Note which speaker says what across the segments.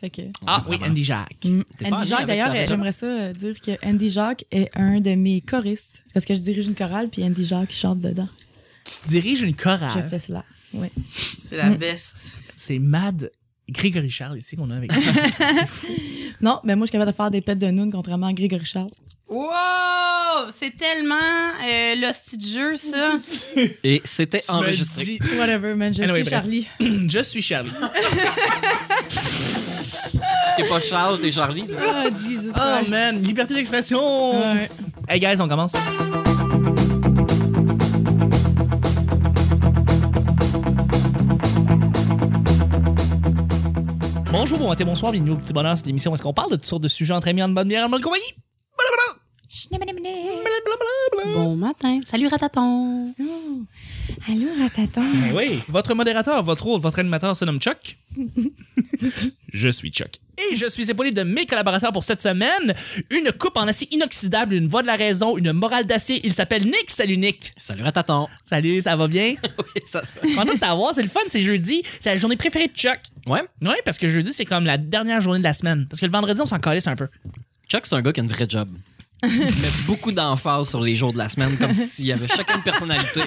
Speaker 1: Fait que...
Speaker 2: Ah oui, Andy Jacques.
Speaker 1: Mm.
Speaker 2: T'es pas
Speaker 1: Andy
Speaker 2: ami
Speaker 1: Jacques,
Speaker 2: avec
Speaker 1: d'ailleurs,
Speaker 2: la
Speaker 1: euh, j'aimerais ça euh, dire que Andy Jacques est un de mes choristes parce que je dirige une chorale puis Andy Jacques il chante dedans.
Speaker 2: Tu diriges une
Speaker 1: Je
Speaker 2: chorale.
Speaker 1: fais cela. Oui.
Speaker 3: C'est la best.
Speaker 2: C'est Mad Grégory Charles ici qu'on a avec nous.
Speaker 1: Non, mais moi je suis capable de faire des pets de noun contrairement à Grégory Charles.
Speaker 3: Wow! C'est tellement euh, l'hostie de jeu, ça.
Speaker 4: Et c'était
Speaker 1: Ah,
Speaker 2: Tu me
Speaker 4: enregistré.
Speaker 2: dis-
Speaker 1: Whatever man, je
Speaker 2: Anyway,
Speaker 1: suis
Speaker 2: bref.
Speaker 1: Charlie.
Speaker 2: Je suis Charlie.
Speaker 1: Ah,
Speaker 4: T'es pas Charles, t'es Charlie. ça.
Speaker 1: Oh Jesus
Speaker 2: Oh
Speaker 1: Christ.
Speaker 2: man, liberté d'expression.
Speaker 1: Ouais.
Speaker 2: Hey guys, on commence. Bonjour, bon matin, bonsoir, bienvenue au Petit Bonheur, cette émission où est-ce qu'on parle de toutes sortes de sujets entre amis, en bonne bière, en bonne compagnie.
Speaker 3: Bon matin. Salut, Rataton.
Speaker 1: Oh. Allô Rataton.
Speaker 2: Ben oui. Votre modérateur, votre hôte, votre animateur se nomme Chuck. je suis Chuck. Et je suis épaulé de mes collaborateurs pour cette semaine. Une coupe en acier inoxydable, une voix de la raison, une morale d'acier. Il s'appelle Nick. Salut Nick.
Speaker 4: Salut Rataton.
Speaker 2: Salut, ça va bien?
Speaker 4: Oui, ça va.
Speaker 2: Content de t'avoir, c'est le fun, c'est jeudi. C'est la journée préférée de Chuck.
Speaker 4: Ouais.
Speaker 2: Oui, parce que jeudi, c'est comme la dernière journée de la semaine. Parce que le vendredi, on s'en calisse un peu.
Speaker 4: Chuck, c'est un gars qui a une vraie job. Il met beaucoup d'emphase sur les jours de la semaine, comme s'il y avait chacune une personnalité.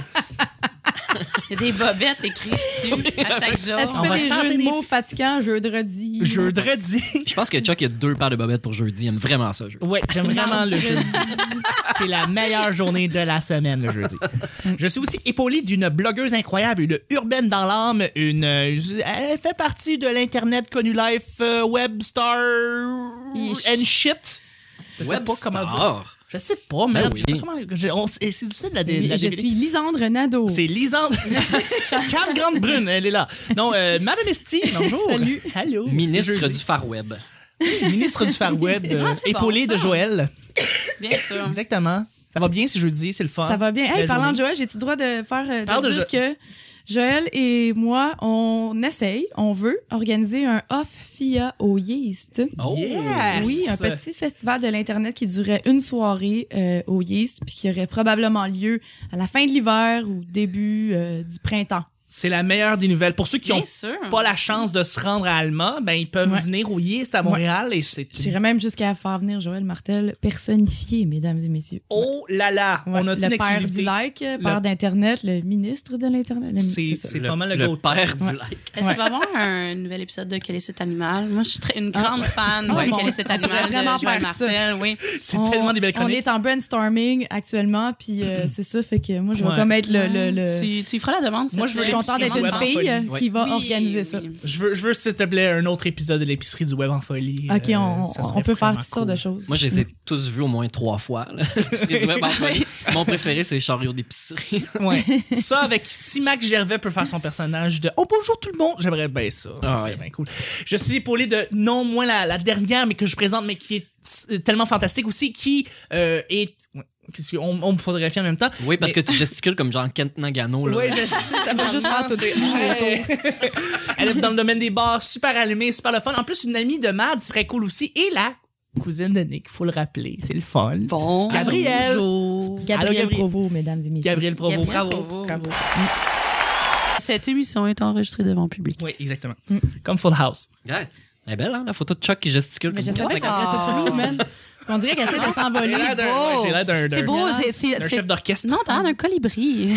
Speaker 3: Il y a des bobettes écrites dessus à chaque jour.
Speaker 1: Est-ce
Speaker 2: On
Speaker 1: qu'on fait
Speaker 2: va
Speaker 1: des
Speaker 2: sentir
Speaker 1: jeux de
Speaker 2: des-
Speaker 1: mots fatigants, jeudredi?
Speaker 2: Jeudredi.
Speaker 4: Je pense que Chuck, il a deux paires de bobettes pour jeudi. Il aime vraiment ça. jeudi.
Speaker 2: Ouais, j'aime vraiment le
Speaker 1: Vendredi.
Speaker 2: jeudi. C'est la meilleure journée de la semaine, le jeudi. Je suis aussi épaulé d'une blogueuse incroyable, une urbaine dans l'âme, une. euh, Elle fait partie de l'Internet connu life, euh, Webstar. and shit. Je sais pas comment dire.
Speaker 4: Webstar.
Speaker 2: Je sais pas, man.
Speaker 4: Ben oui.
Speaker 2: Je sais pas comment- je- on- C'est c'est difficile de la, dé- de
Speaker 1: Oui,
Speaker 2: la
Speaker 1: je
Speaker 2: dégueuler.
Speaker 1: suis Lisandre Nadeau.
Speaker 2: C'est Lisande. Cam Grande Brune, elle est là. Non, euh, Madame Esti, bonjour.
Speaker 1: Salut.
Speaker 2: Allô. C'est
Speaker 4: Ministre
Speaker 2: jeudi.
Speaker 4: du Far Web.
Speaker 2: Ministre du Far Web, euh,
Speaker 3: Ah, c'est bon,
Speaker 2: épaulé
Speaker 3: ça.
Speaker 2: de Joël.
Speaker 3: Bien sûr.
Speaker 2: Exactement. Ça va bien, c'est jeudi, c'est le fun.
Speaker 1: Mm. Ça va bien. Hey,
Speaker 2: Belle
Speaker 1: parlant
Speaker 2: journée.
Speaker 1: de Joël, j'ai-tu le droit de faire euh, de
Speaker 2: Parle de
Speaker 1: dire
Speaker 2: Jo-
Speaker 1: que Joël et moi, on essaye, on veut organiser un off FIA au Yeast.
Speaker 2: Oh, yes.
Speaker 1: Oui, un petit festival de l'Internet qui durait une soirée euh, au Yeast, puis qui aurait probablement lieu à la fin de l'hiver ou début euh, du printemps.
Speaker 2: C'est la meilleure des nouvelles. Pour ceux qui
Speaker 3: Bien
Speaker 2: n'ont
Speaker 3: sûr.
Speaker 2: pas la chance de se rendre à Alma, ben ils peuvent
Speaker 1: Ouais.
Speaker 2: venir au Yeast à Montréal et c'est.
Speaker 1: J'irais même jusqu'à faire venir Joël Martel personnifié, mesdames et messieurs.
Speaker 2: Oh là là,
Speaker 1: Ouais,
Speaker 2: on a une
Speaker 1: le père du
Speaker 2: exclusivité.
Speaker 1: like, euh, père d'Internet, le ministre de l'Internet. le-
Speaker 2: C'est-
Speaker 1: ça.
Speaker 2: C'est pas mal le
Speaker 4: le
Speaker 2: go-to.
Speaker 4: père du like.
Speaker 3: Est-ce qu'il va y avoir un nouvel épisode de Quel est cet animal? Moi, je suis très- une grande fan
Speaker 1: Ah,
Speaker 3: de
Speaker 1: mon-
Speaker 3: Quel est cet
Speaker 1: on
Speaker 3: animal
Speaker 1: devrait vraiment
Speaker 3: de Joël
Speaker 1: faire ça.
Speaker 3: Marcel. Oui.
Speaker 2: C'est
Speaker 1: On-
Speaker 2: tellement des belles
Speaker 1: On
Speaker 2: chroniques.
Speaker 1: est en brainstorming actuellement, puis euh, c'est ça, fait que moi, je vais
Speaker 2: Ouais.
Speaker 1: comme être le. le, le-
Speaker 3: Tu, tu y feras la demande.
Speaker 2: Moi, je
Speaker 1: Je
Speaker 2: veux
Speaker 1: suis contente d'être une
Speaker 2: Web en
Speaker 1: fille euh,
Speaker 4: folie.
Speaker 1: qui va
Speaker 3: Oui,
Speaker 1: organiser ça.
Speaker 3: oui.
Speaker 2: Je veux, je veux s'il te plaît, un autre épisode de l'épicerie du web en folie.
Speaker 1: Ok,
Speaker 2: Euh,
Speaker 1: on,
Speaker 2: ça serait
Speaker 1: on peut faire
Speaker 2: vraiment
Speaker 1: toutes sortes de
Speaker 2: cool.
Speaker 1: choses.
Speaker 4: Moi, je les ai tous vus au moins trois fois. là. C'est du web en folie. Mon préféré, c'est Chariot d'épicerie.
Speaker 2: Ouais. ça, avec si Max Gervais peut faire son personnage de Oh bonjour tout le monde, j'aimerais bien ça. Ça,
Speaker 4: Ah
Speaker 2: serait
Speaker 4: ouais.
Speaker 2: bien cool. Je suis épaulé de non moins la, la dernière, mais que je présente, mais qui est euh, tellement fantastique aussi, qui euh, est. ouais, qu'est-ce que- on, on me photographie en même temps.
Speaker 4: Oui, parce
Speaker 2: Mais-
Speaker 4: que tu gesticules comme genre Kent Nagano. Oh Là.
Speaker 2: Ouais, je sais, ça
Speaker 1: va juste faire tout
Speaker 2: c'est-
Speaker 1: le monde
Speaker 2: Elle est dans le domaine des bars, super allumée, super le fun. En plus, une amie de Mad serait cool aussi. Et la cousine de Nick, faut le rappeler, c'est le fun.
Speaker 3: Bon.
Speaker 2: Gabriel.
Speaker 3: bonjour.
Speaker 1: Gabriel,
Speaker 2: Allô, Gabriel.
Speaker 1: Provo, mesdames et messieurs.
Speaker 2: Gabriel Provo,
Speaker 3: Gabriel
Speaker 2: bravo.
Speaker 3: Provo.
Speaker 2: bravo.
Speaker 3: Cette émission est enregistrée devant public.
Speaker 2: Oui, exactement.
Speaker 3: Mm.
Speaker 2: Comme Full House.
Speaker 4: Ouais. Elle est belle, hein, la photo de Chuck qui gesticule
Speaker 1: Mais
Speaker 4: comme
Speaker 1: je sais
Speaker 4: Kent
Speaker 1: pas que ça
Speaker 4: Nagano.
Speaker 1: ferait tout flou, man. Ah. On dirait qu'elle essaie de
Speaker 2: J'ai
Speaker 1: s'envoler.
Speaker 2: l'air d'un- ouais, j'ai l'air d'un-
Speaker 3: C'est
Speaker 2: d'un
Speaker 3: beau, c'est- c'est.
Speaker 2: d'un
Speaker 3: c'est-
Speaker 2: chef d'orchestre.
Speaker 3: Non, t'as l'air d'un colibri.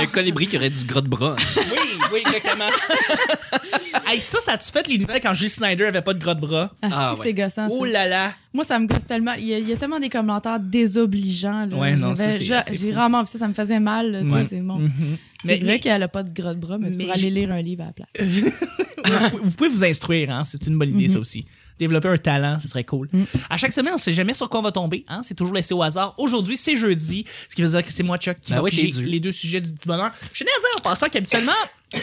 Speaker 4: Un colibri qui aurait du gros de bras.
Speaker 2: Oui, oui, exactement. hey, ça, ça a-tu fait les nouvelles quand Julie Snyder avait pas de gros de bras?
Speaker 1: Ah,
Speaker 4: Ah,
Speaker 1: si,
Speaker 4: ouais.
Speaker 1: c'est gossant. ça.
Speaker 2: Oh là là!
Speaker 1: Moi, ça me gosse tellement. Il y a, il y a tellement des commentaires désobligeants. là.
Speaker 2: Ouais, non, ça,
Speaker 1: J'avais-
Speaker 2: c'est-
Speaker 1: j'a-
Speaker 2: c'est
Speaker 1: J'ai
Speaker 2: fou.
Speaker 1: rarement vu ça, ça me faisait mal. là, tu sais,
Speaker 2: Ouais. Mm-hmm.
Speaker 1: C'est bon.
Speaker 2: Mais-
Speaker 1: C'est vrai
Speaker 2: mais-
Speaker 1: qu'elle a pas de gros de bras, mais,
Speaker 2: Mais Ah,
Speaker 1: tu
Speaker 2: j'ai-
Speaker 1: aller lire un livre à la place.
Speaker 2: vous, vous pouvez vous instruire, hein? c'est une bonne idée, ça aussi. Développer un talent, ce serait cool. À chaque semaine, on sait jamais sur quoi on va tomber. Hein? C'est toujours laissé au hasard. Aujourd'hui, c'est jeudi, ce qui veut dire que c'est moi, Chuck, qui
Speaker 4: Ben
Speaker 2: va
Speaker 4: oui,
Speaker 2: piger
Speaker 4: t'es dû.
Speaker 2: les deux sujets du petit bonheur. Je tenais à dire en passant qu'habituellement,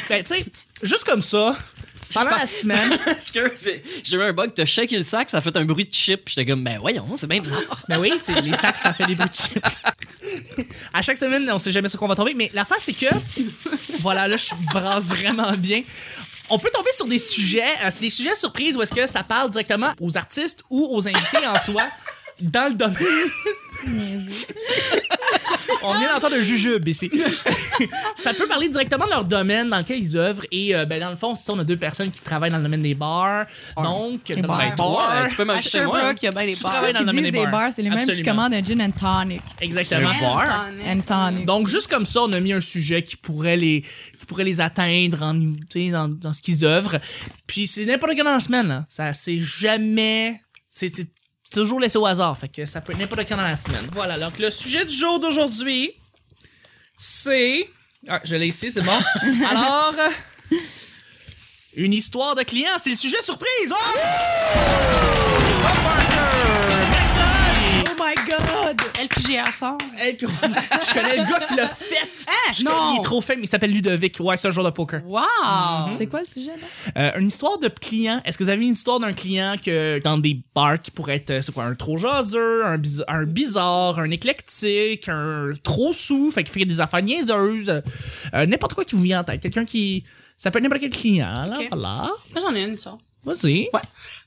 Speaker 2: ben, tu sais, juste comme ça, pendant la semaine,
Speaker 4: Parce que j'ai- J'ai eu un bug, t'as shaké le sac, ça a fait un bruit de chip. J'étais comme, ben voyons, c'est bien bizarre.
Speaker 2: Ben oui, c'est les sacs, ça fait des bruits de chips. À chaque semaine, on sait jamais sur quoi on va tomber, mais la face, c'est que. Voilà, là, je brasse vraiment bien. On peut tomber sur des sujets, euh, c'est des sujets surprises où est-ce que ça parle directement aux artistes ou aux invités en soi dans le domaine. On vient d'entendre un jujube ici. ça peut parler directement de leur domaine dans lequel ils œuvrent. Et euh, ben, dans le fond, si on a deux personnes qui travaillent dans le domaine des bars, donc dans le
Speaker 1: bars.
Speaker 2: domaine-
Speaker 4: Toi,
Speaker 3: Bar.
Speaker 4: euh, tu peux
Speaker 3: À
Speaker 4: m'ajouter moi.
Speaker 3: Sherbrooke, il y a bien les
Speaker 2: Tu
Speaker 3: bars.
Speaker 2: travailles dans
Speaker 1: qui
Speaker 2: le domaine
Speaker 1: disent des bars, c'est les mêmes qui
Speaker 2: Absolument.
Speaker 1: commandent un gin and tonic.
Speaker 2: Exactement.
Speaker 4: Un
Speaker 3: bar.
Speaker 1: And tonic.
Speaker 2: Donc juste comme ça, on a mis un sujet qui pourrait les, qui pourrait les atteindre en, tu sais, dans, dans ce qu'ils œuvrent. Puis c'est n'importe quelle dans la semaine. Là. Ça, c'est jamais, c'est c'est toujours laissé au hasard. Fait que ça peut être n'importe quand dans la semaine. Voilà. Donc le sujet du jour d'aujourd'hui, c'est, ah, je l'ai ici, c'est bon. Alors, une histoire de client, c'est le sujet surprise. Oh! Oh, Parker! Merci!
Speaker 1: Oh my god!
Speaker 3: LQGR sort.
Speaker 2: Hey, puis- je connais le gars qui l'a fait. Je
Speaker 3: non.
Speaker 2: connais- Il est trop faible, mais il s'appelle Ludovic. Ouais, c'est un joueur de poker.
Speaker 3: Wow! Mm-hmm.
Speaker 1: C'est quoi le sujet là?
Speaker 2: Euh, une histoire de client. Est-ce que vous avez une histoire d'un client que dans des bars qui pourrait être euh, c'est quoi un trop jaseux, un, biz- un bizarre, un éclectique, un trop sous, fait qu'il fait des affaires niaiseuses, euh, euh, n'importe quoi qui vous vient en tête. Quelqu'un qui ça peut être n'importe quel client. Là,
Speaker 3: Ok.
Speaker 2: voilà.
Speaker 3: Moi, j'en ai une, ça.
Speaker 2: Vas-y.
Speaker 3: Ouais.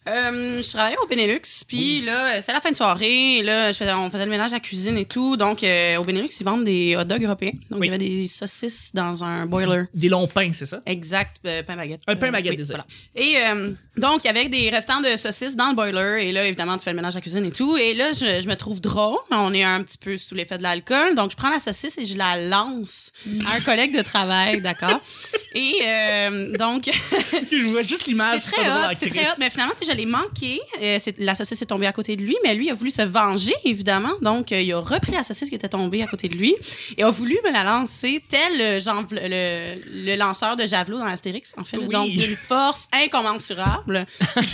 Speaker 3: Euh, je travaillais au Benelux, puis là, euh, c'était la fin de soirée, et là, je faisais- on faisait le ménage à la cuisine et tout. Donc, euh, au Benelux, ils vendent des hot dogs européens. Donc, il
Speaker 2: Oui.
Speaker 3: y avait des saucisses dans un boiler.
Speaker 2: Des longs pains, c'est ça?
Speaker 3: Exact, euh, pain baguette.
Speaker 2: Un pain baguette,
Speaker 3: oui,
Speaker 2: désolé.
Speaker 3: Et euh, donc, il y avait des restants de saucisses dans le boiler. Et là, évidemment, tu fais le ménage à la cuisine et tout. Et là, je, je me trouve drôle. On est un petit peu sous l'effet de l'alcool. Donc, je prends la saucisse et je la lance à un collègue de travail, d'accord? Et euh, donc,
Speaker 2: Ah, Je vois juste l'image.
Speaker 3: c'est
Speaker 2: ça
Speaker 3: très
Speaker 2: drôle à
Speaker 3: hot, c'est
Speaker 2: Chris.
Speaker 3: très hot. Mais finalement, tu sais, je l'ai manqué. Euh, c'est- la saucisse est tombée à côté de lui, mais lui a voulu se venger, évidemment. Donc, euh, il a repris la saucisse qui était tombée à côté de lui et a voulu me la lancer tel euh, genre, le, le lanceur de javelot dans Astérix, en fait. là.
Speaker 2: Oui.
Speaker 3: Donc, une force incommensurable.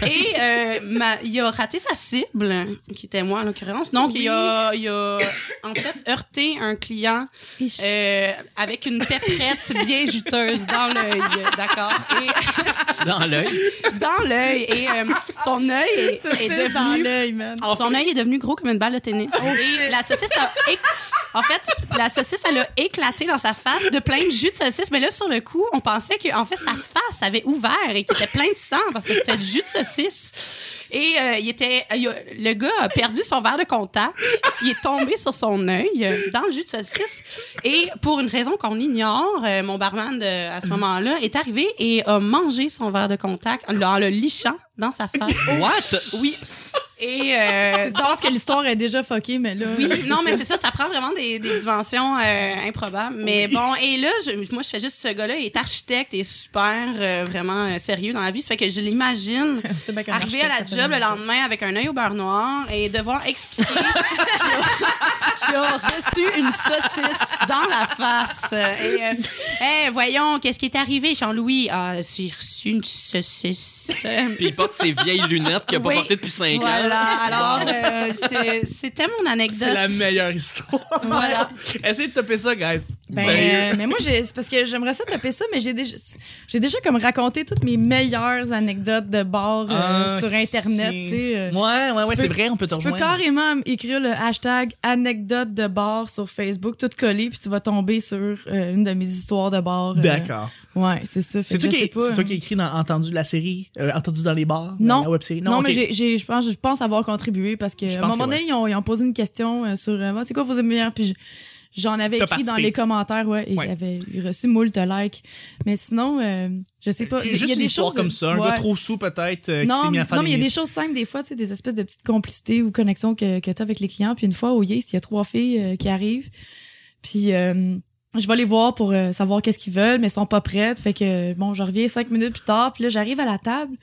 Speaker 3: et euh, ma- il a raté sa cible, qui était moi en l'occurrence. Donc, il, a, il a, en fait, heurté un client euh, avec une pépette bien juteuse dans l'œil. D'accord? Et
Speaker 4: Dans l'œil.
Speaker 3: dans l'œil et euh, son œil est, est
Speaker 1: C'est dans
Speaker 3: devenu
Speaker 1: l'œil, man.
Speaker 3: son œil est devenu gros comme une balle de tennis. et la saucisse a éc- en fait, la saucisse, elle a éclaté dans sa face de plein de jus de saucisse. Mais là, sur le coup, on pensait que, en fait, sa face avait ouvert et qu'il était plein de sang parce que c'était du jus de saucisse. Et euh, il était, il a- le gars a perdu son verre de contact. Il est tombé sur son œil euh, dans le jus de saucisse. Et pour une raison qu'on ignore, euh, mon barman de- à ce moment-là est arrivé et a mangé son verre de contact en le lichant dans sa face.
Speaker 4: What?
Speaker 3: Oui. Et euh,
Speaker 1: Tu penses que l'histoire est déjà fuckée, mais là.
Speaker 3: oui, non, mais c'est ça, ça prend vraiment des, des dimensions euh, improbables. Mais bon, et là, je- moi, je fais juste ce gars-là, il est architecte, il est super, euh, vraiment euh, sérieux dans la vie. Ça fait que je l'imagine
Speaker 1: C'est bien qu'un
Speaker 3: arriver à la
Speaker 1: architecte, ça
Speaker 3: job
Speaker 1: fait
Speaker 3: le lendemain avec un œil au beurre noir et devoir expliquer qu'il a- qu'il a, reçu une saucisse dans la face. Et, euh, Hey, voyons, qu'est-ce qui est arrivé, Jean-Louis? Ah, j'ai reçu une saucisse.
Speaker 4: Puis il porte ses vieilles lunettes qu'il a pas
Speaker 3: Oui.
Speaker 4: portées depuis 5 ans.
Speaker 3: Voilà, alors, euh, c'est- c'était mon anecdote.
Speaker 2: C'est la meilleure histoire.
Speaker 3: Voilà.
Speaker 2: Essayez de taper ça, guys.
Speaker 1: Ben,
Speaker 2: Sérieux.
Speaker 1: euh, mais moi, j'ai- c'est parce que j'aimerais ça taper ça, mais j'ai déjà, j'ai déjà comme raconté toutes mes meilleures anecdotes de bord euh,
Speaker 2: Ah,
Speaker 1: sur Internet. tu sais, euh.
Speaker 2: Ouais, ouais, ouais,
Speaker 1: tu
Speaker 2: c'est
Speaker 1: peux-
Speaker 2: vrai, on peut te
Speaker 1: Tu peux
Speaker 2: rejoindre.
Speaker 1: carrément écrire le hashtag anecdote de bar sur Facebook, tout collé, puis tu vas tomber sur euh, une de mes histoires de bar. euh.
Speaker 2: D'accord.
Speaker 1: Ouais, c'est ça. Fait
Speaker 2: C'est
Speaker 1: que
Speaker 2: toi,
Speaker 1: je
Speaker 2: qui-
Speaker 1: sais pas,
Speaker 2: c'est
Speaker 1: hein.
Speaker 2: toi qui as écrit dans Entendu la série, euh, Entendu dans les bars, dans
Speaker 1: Non.
Speaker 2: la web série.
Speaker 1: Non, mais
Speaker 2: ok.
Speaker 1: j'ai- j'ai- je pense, je pense avoir contribué parce que
Speaker 2: Je
Speaker 1: à un
Speaker 2: pense
Speaker 1: moment
Speaker 2: que
Speaker 1: donné, ils, ont, ils ont posé une question euh, sur euh, Ah, c'est quoi vos meilleurs puis je- j'en avais
Speaker 2: T'as
Speaker 1: écrit dans
Speaker 2: participé.
Speaker 1: les commentaires ouais et
Speaker 2: Ouais.
Speaker 1: j'avais reçu moult de likes. Mais sinon euh, je sais pas, il y a
Speaker 2: Juste une
Speaker 1: des
Speaker 2: histoire
Speaker 1: choses
Speaker 2: comme ça, un
Speaker 1: ouais.
Speaker 2: gars trop sous peut-être euh, qui
Speaker 1: non,
Speaker 2: s'est mis à faire
Speaker 1: non, mais il y a
Speaker 2: des
Speaker 1: des choses simples des fois, tu sais, des espèces de petites complicités ou connexions que, que tu as avec les clients. Puis une fois au Yeast, il y a trois filles euh, qui arrivent. Puis euh, je vais les voir pour euh, savoir qu'est-ce qu'ils veulent, mais ils sont pas prêtes. Fait que bon, je reviens cinq minutes plus tard. Puis là, j'arrive à la table.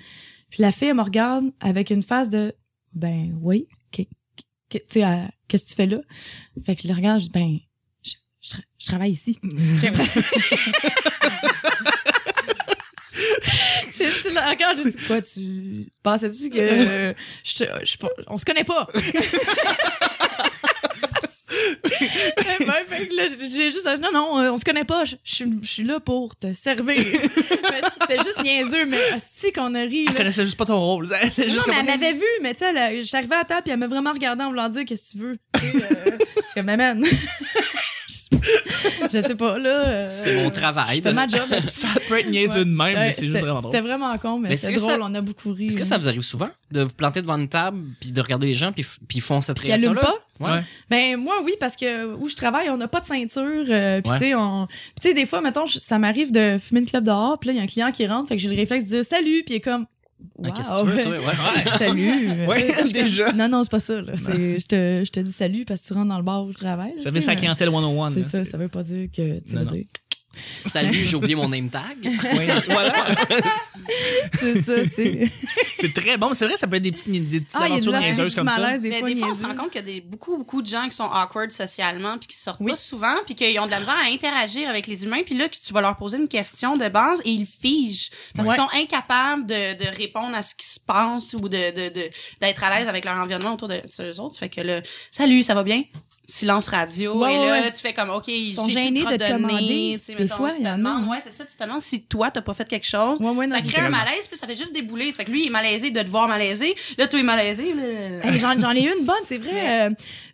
Speaker 1: Puis la fille, elle me regarde avec une face de ben oui, que- que- tu sais, euh, qu'est-ce que tu fais là? Fait que je le regarde, je dis ben, je, je tra- je travaille ici. J'ai dit, là, encore, j'ai dit, quoi, tu pensais-tu que euh, je, te- je pas- on se connaît pas? Eh ben, fait que là, j'ai juste dit, non, non, euh, on se connaît pas, je, je suis- je suis là pour te servir. Mais C'était juste niaiseux, mais tu qu'on a ri.
Speaker 2: Elle
Speaker 1: Là.
Speaker 2: connaissait juste pas ton rôle. C'est
Speaker 1: Non,
Speaker 2: juste
Speaker 1: mais
Speaker 2: comme-
Speaker 1: elle m'avait vu, mais tu sais, elle a- j'étais arrivée à la table, puis elle m'a vraiment regardée en voulant dire, qu'est-ce que tu veux? Tu sais, euh, Je suis comme, maman. je sais pas, là. euh,
Speaker 4: C'est mon travail.
Speaker 1: C'était ma job.
Speaker 2: ça peut être niaiseux de même,
Speaker 1: Ouais,
Speaker 2: mais c'est juste
Speaker 1: c'était-
Speaker 2: vraiment drôle.
Speaker 1: C'était vraiment con, mais,
Speaker 4: Mais
Speaker 1: c'était
Speaker 4: est-ce que
Speaker 1: drôle,
Speaker 4: ça-
Speaker 1: on a beaucoup ri.
Speaker 4: Est-ce que ça vous arrive souvent de vous planter devant une table puis de regarder les gens puis, f- puis ils font cette
Speaker 1: Puis allume
Speaker 4: réaction-là?
Speaker 1: pas?
Speaker 2: Ouais.
Speaker 1: Ben moi oui parce que où je travaille on n'a pas de ceinture euh, puis
Speaker 2: Ouais.
Speaker 1: tu sais on puis tu sais des fois mettons je- ça m'arrive de fumer une clope dehors puis là il y a un client qui rentre fait que j'ai le réflexe de dire salut puis il est comme
Speaker 4: Ah,
Speaker 1: Wow,
Speaker 4: Qu'est-ce que tu veux, toi? Ouais.
Speaker 1: salut
Speaker 2: Ouais,
Speaker 1: Je suis comme,
Speaker 2: déjà.
Speaker 1: non non c'est pas ça là. C'est- je te je te dis salut parce que tu rentres dans le bar où je travaille là,
Speaker 2: Ça
Speaker 1: tu
Speaker 2: fait
Speaker 1: sais,
Speaker 2: sa
Speaker 1: mais
Speaker 2: clientèle 101.
Speaker 1: c'est
Speaker 2: là.
Speaker 1: ça ça veut pas dire que tu
Speaker 2: Non,
Speaker 1: veux
Speaker 2: non.
Speaker 1: dire
Speaker 4: Salut, j'ai oublié mon name tag.
Speaker 2: Oui, voilà.
Speaker 1: c'est ça tu sais
Speaker 2: C'est très bon. C'est vrai, ça peut être des petites, des petites
Speaker 1: ah il y a du
Speaker 2: aventures
Speaker 1: des
Speaker 2: niaiseuses
Speaker 1: petits
Speaker 2: comme ça.
Speaker 1: malaises des
Speaker 3: Mais
Speaker 1: fois
Speaker 3: des fois, on se
Speaker 1: niaiseux.
Speaker 3: rend compte qu'il y a des- beaucoup, beaucoup de gens qui sont awkward socialement, puis qui sortent
Speaker 1: Oui.
Speaker 3: pas souvent, puis qu'ils ont de la misère à interagir avec les humains, puis là, que tu vas leur poser une question de base et ils figent parce qu'ils sont incapables de, de répondre à ce qui se passe ou de, de, de- d'être à l'aise avec leur environnement autour de de eux autres. Fait que là, salut, ça va bien? Silence radio.
Speaker 1: Ouais,
Speaker 3: et
Speaker 1: ouais,
Speaker 3: là,
Speaker 1: ouais.
Speaker 3: tu fais comme, OK, ils
Speaker 1: sont gênés de te commander. Des fois,
Speaker 3: tu
Speaker 1: il y
Speaker 3: te
Speaker 1: en a.
Speaker 3: demandes, ouais, c'est ça, tu te demandes si toi, t'as pas fait quelque chose.
Speaker 1: Ouais, ouais, non,
Speaker 3: ça
Speaker 1: c'est
Speaker 3: crée un
Speaker 2: vraiment-
Speaker 3: malaise, puis ça fait juste débouler. Ça fait que lui, il est malaisé de te voir malaisé. Là, toi, il est malaisé. là.
Speaker 1: Euh, Hey, J'en j'en ai une bonne, c'est vrai. Euh,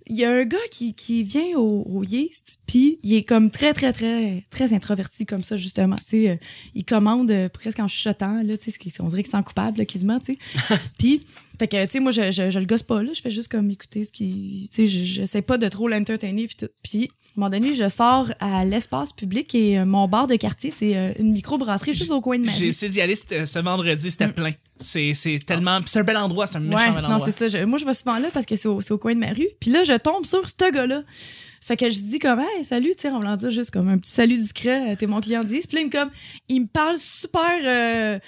Speaker 1: Il y a un gars qui, qui vient au, au Yeast, puis il est comme très, très, très, très introverti comme ça, justement. Tu sais, euh, il commande euh, presque en chuchotant, là, tu sais, ce qui- on dirait qu'il sent coupable, là, quasiment, tu sais. puis, fait que, tu sais, moi, je, je, je le gosse pas, là. Je fais juste comme écouter ce qui. Tu sais, je- j'essaie pas de trop l'entertainer, puis tout. Puis, à un moment donné, je sors à l'espace public et euh, mon bar de quartier, c'est euh, une microbrasserie juste au coin de ma
Speaker 2: J'ai
Speaker 1: rue.
Speaker 2: essayé d'y aller c'était- ce vendredi, c'était
Speaker 1: Mm.
Speaker 2: plein. C'est c'est tellement. puis C'est un bel endroit, c'est un méchant
Speaker 1: Ouais,
Speaker 2: bel
Speaker 1: non,
Speaker 2: endroit.
Speaker 1: c'est ça. Je- moi, je vais souvent là parce que c'est au, c'est au coin de ma rue. Puis là, je tombe sur ce gars-là. Fait que je dis comme, hey, salut, tu sais, on va dire juste comme un petit salut discret, euh, t'es mon client du disque. Puis là, il me comme, il me parle super, euh,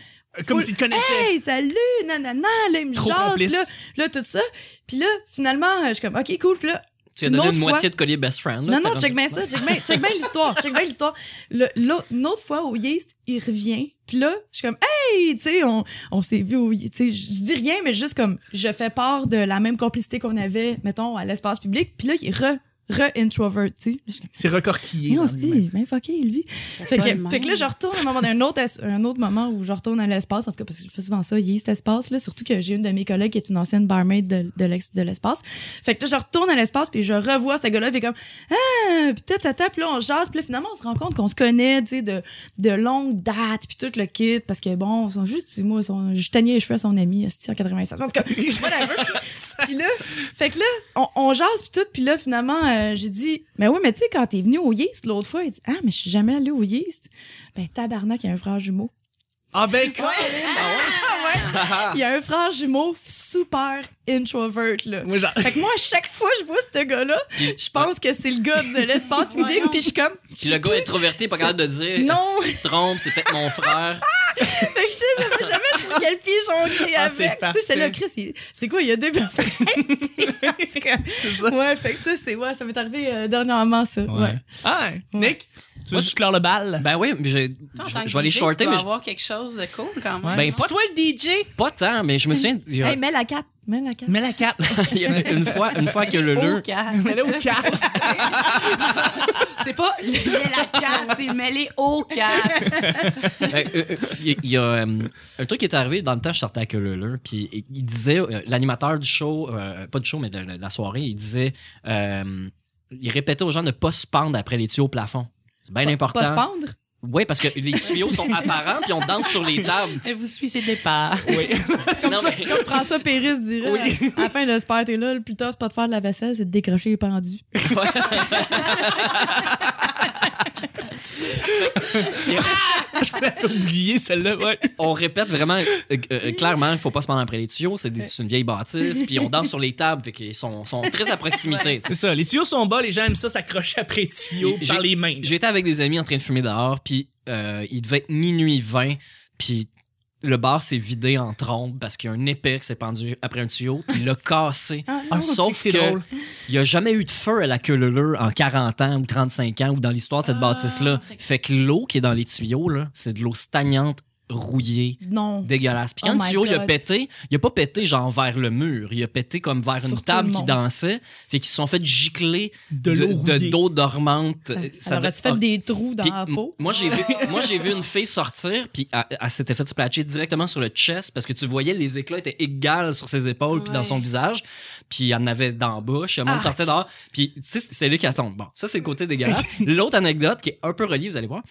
Speaker 2: Comme
Speaker 1: Full-
Speaker 2: s'ils te connaissaient.
Speaker 1: hey, salut, nanana, là, il me
Speaker 2: Trop
Speaker 1: jase, puis
Speaker 2: complice.
Speaker 1: là, là, tout ça. Puis là, finalement, euh, je suis comme, ok, cool, puis là,
Speaker 4: Tu as donné
Speaker 1: Une
Speaker 4: une,
Speaker 1: autre
Speaker 4: moitié de collier best friend. là.
Speaker 1: non, non,
Speaker 4: T'es
Speaker 1: check bien
Speaker 4: rendu-
Speaker 1: ça, check bien, check bien l'histoire, check bien l'histoire. Le, l'autre- une autre fois au Yeast, il revient, puis là, je suis comme, hey, tu sais, on, on s'est vu au Yeast, tu sais, je dis rien, mais juste comme, je fais part de la même complicité qu'on avait, mettons, à l'espace public, puis là, il est re, re-introvert, tu sais. Je suis comme,
Speaker 2: C'est recorquillé.
Speaker 1: Eh,
Speaker 2: dans
Speaker 1: on se
Speaker 2: l'humain.
Speaker 1: dit, ben fucké, lui. Fait que,
Speaker 3: pas le
Speaker 1: fait que là,
Speaker 3: même.
Speaker 1: je retourne à un moment, d'un autre, es- un autre moment où je retourne à l'espace, en tout cas, parce que je fais souvent ça, Yeast Espace, là, surtout que j'ai une de mes collègues qui est une ancienne barmaid de, de l'ex- de l'espace. Fait que là, je retourne à l'espace, puis je revois ce gars-là, puis comme, ah, puis tata, tata, puis là, on jase, puis là, finalement, on se rend compte qu'on se connaît, tu sais, de, de longue date, puis tout le kit, parce que bon, on sont juste, moi, son, je teignais les cheveux à son ami, esti, en 96. En tout cas, whatever. puis là, fait que là, on, on jase puis tout, puis là finalement euh, j'ai dit mais oui mais tu sais quand t'es venu au Yeast l'autre fois il dit ah mais je suis jamais allé au Yeast ben tabarnak il y a un frère jumeau
Speaker 2: Ah ben, quoi?
Speaker 1: il y a un frère jumeau super introvert là
Speaker 2: Moi, genre-
Speaker 1: fait que moi à chaque fois que je vois ce gars là je pense que c'est le gars de l'espace public
Speaker 3: Voyons.
Speaker 1: puis je suis comme
Speaker 4: Puis le gars introverti est pas
Speaker 1: Ça-
Speaker 4: capable de dire
Speaker 1: Non.
Speaker 4: Est-ce que tu te trompes, c'est peut-être mon frère.
Speaker 1: fait que je sais jamais sur quel pied jongler
Speaker 2: Ah, c'est
Speaker 1: avec tu sais j'étais là Chris il- c'est quoi il y a deux personnes En tout cas, ouais fait que ça c'est ouais ça m'est arrivé euh, dernièrement ça ouais.
Speaker 2: Ah, Nick, tu veux
Speaker 4: Moi,
Speaker 2: juste clore le bal?
Speaker 4: Ben oui, mais je,
Speaker 3: Toi, en
Speaker 4: je-
Speaker 3: tant que
Speaker 4: je vais aller
Speaker 3: DJ,
Speaker 4: shorter,
Speaker 3: Tu
Speaker 4: mais
Speaker 3: dois
Speaker 4: je-
Speaker 3: avoir quelque chose de cool quand même.
Speaker 4: Ben,
Speaker 2: C'est
Speaker 4: pas-
Speaker 2: toi le DJ?
Speaker 4: pas tant, mais je me souviens. Il y a,
Speaker 1: Hey, mets la 4 mets la 4
Speaker 2: Ben, Mets la 4.
Speaker 4: il y a une fois, une fois Ben, que le
Speaker 3: Au
Speaker 4: leu.
Speaker 3: quatre.
Speaker 2: Mets-la au 4.
Speaker 3: C'est pas mêlé la carte, c'est mêlé au quatre.
Speaker 4: Euh, euh, euh, Il y a- il y a euh, un truc qui est arrivé dans le temps, je sortais avec le leu, puis il- il disait, euh, l'animateur du show, euh, pas du show, mais de, de la soirée, il disait, euh, il répétait aux gens de ne pas se pendre après les tuyaux au plafond. C'est bien important.
Speaker 1: Pas se pendre.
Speaker 4: Oui, parce que les tuyaux sont apparents puis on danse sur les tables.
Speaker 3: Et vous suivez ses départs.
Speaker 4: Ah,
Speaker 2: Oui.
Speaker 4: Non, mais-
Speaker 1: Comme François Péris dirait. euh,
Speaker 2: Oui.
Speaker 1: À la fin de ce party là, le plus tard, c'est pas de faire de la vaisselle, c'est de décrocher les pendus.
Speaker 2: Faut oublier celle-là, ouais.
Speaker 4: on répète vraiment euh, euh, clairement il faut pas se prendre après les tuyaux, c'est des- c'est une vieille bâtisse, puis on danse sur les tables, fait qu'ils sont, sont très à proximité. tu
Speaker 2: C'est
Speaker 4: sais.
Speaker 2: ça. Les tuyaux sont bas, les gens aiment ça s'accrocher après les tuyaux
Speaker 4: J'ai-
Speaker 2: par les mains.
Speaker 4: J'étais avec des amis en train de fumer dehors, puis euh, il devait être minuit 20, puis le bar s'est vidé en trombe parce qu'il y a un épée qui s'est pendu après un tuyau, puis il l'a cassé.
Speaker 2: Ah,
Speaker 4: Sauf
Speaker 2: c'est
Speaker 4: que-
Speaker 2: drôle.
Speaker 4: Il n'y a jamais eu de feu à la queue leu en 40 ans ou 35 ans ou dans l'histoire de cette
Speaker 3: Ah,
Speaker 4: bâtisse-là.
Speaker 3: fait que-
Speaker 4: Fait que l'eau qui est dans les tuyaux, là, c'est de l'eau stagnante, rouillée,
Speaker 1: Non.
Speaker 4: dégueulasse. Puis
Speaker 1: Oh
Speaker 4: quand le
Speaker 1: my
Speaker 4: tuyau il a
Speaker 1: God.
Speaker 4: pété, il a pas pété genre vers le mur, il a pété comme vers
Speaker 1: Sur
Speaker 4: une
Speaker 1: tout
Speaker 4: table
Speaker 1: le
Speaker 4: qui
Speaker 1: monde.
Speaker 4: dansait, fait qu'ils se sont fait gicler
Speaker 2: De
Speaker 4: de
Speaker 2: l'eau
Speaker 4: de-
Speaker 2: rouillée.
Speaker 4: d'eau dormante.
Speaker 1: Ça,
Speaker 4: Euh,
Speaker 1: ça
Speaker 4: devait-
Speaker 1: aurait-tu fait des trous dans
Speaker 4: Puis,
Speaker 1: la
Speaker 4: m-
Speaker 1: peau?
Speaker 4: Moi j'ai vu, moi j'ai vu une fille sortir puis elle, elle s'était fait splatcher directement sur le chest parce que tu voyais les éclats étaient égales sur ses épaules puis dans
Speaker 3: Ouais.
Speaker 4: son visage. puis il y en avait dans la bouche. Le monde
Speaker 1: Ah.
Speaker 4: sortait dehors, puis tu sais, c'est l'hécatombe. Bon, ça, c'est le côté dégueulasse. L'autre anecdote qui est un peu reliée, vous allez voir,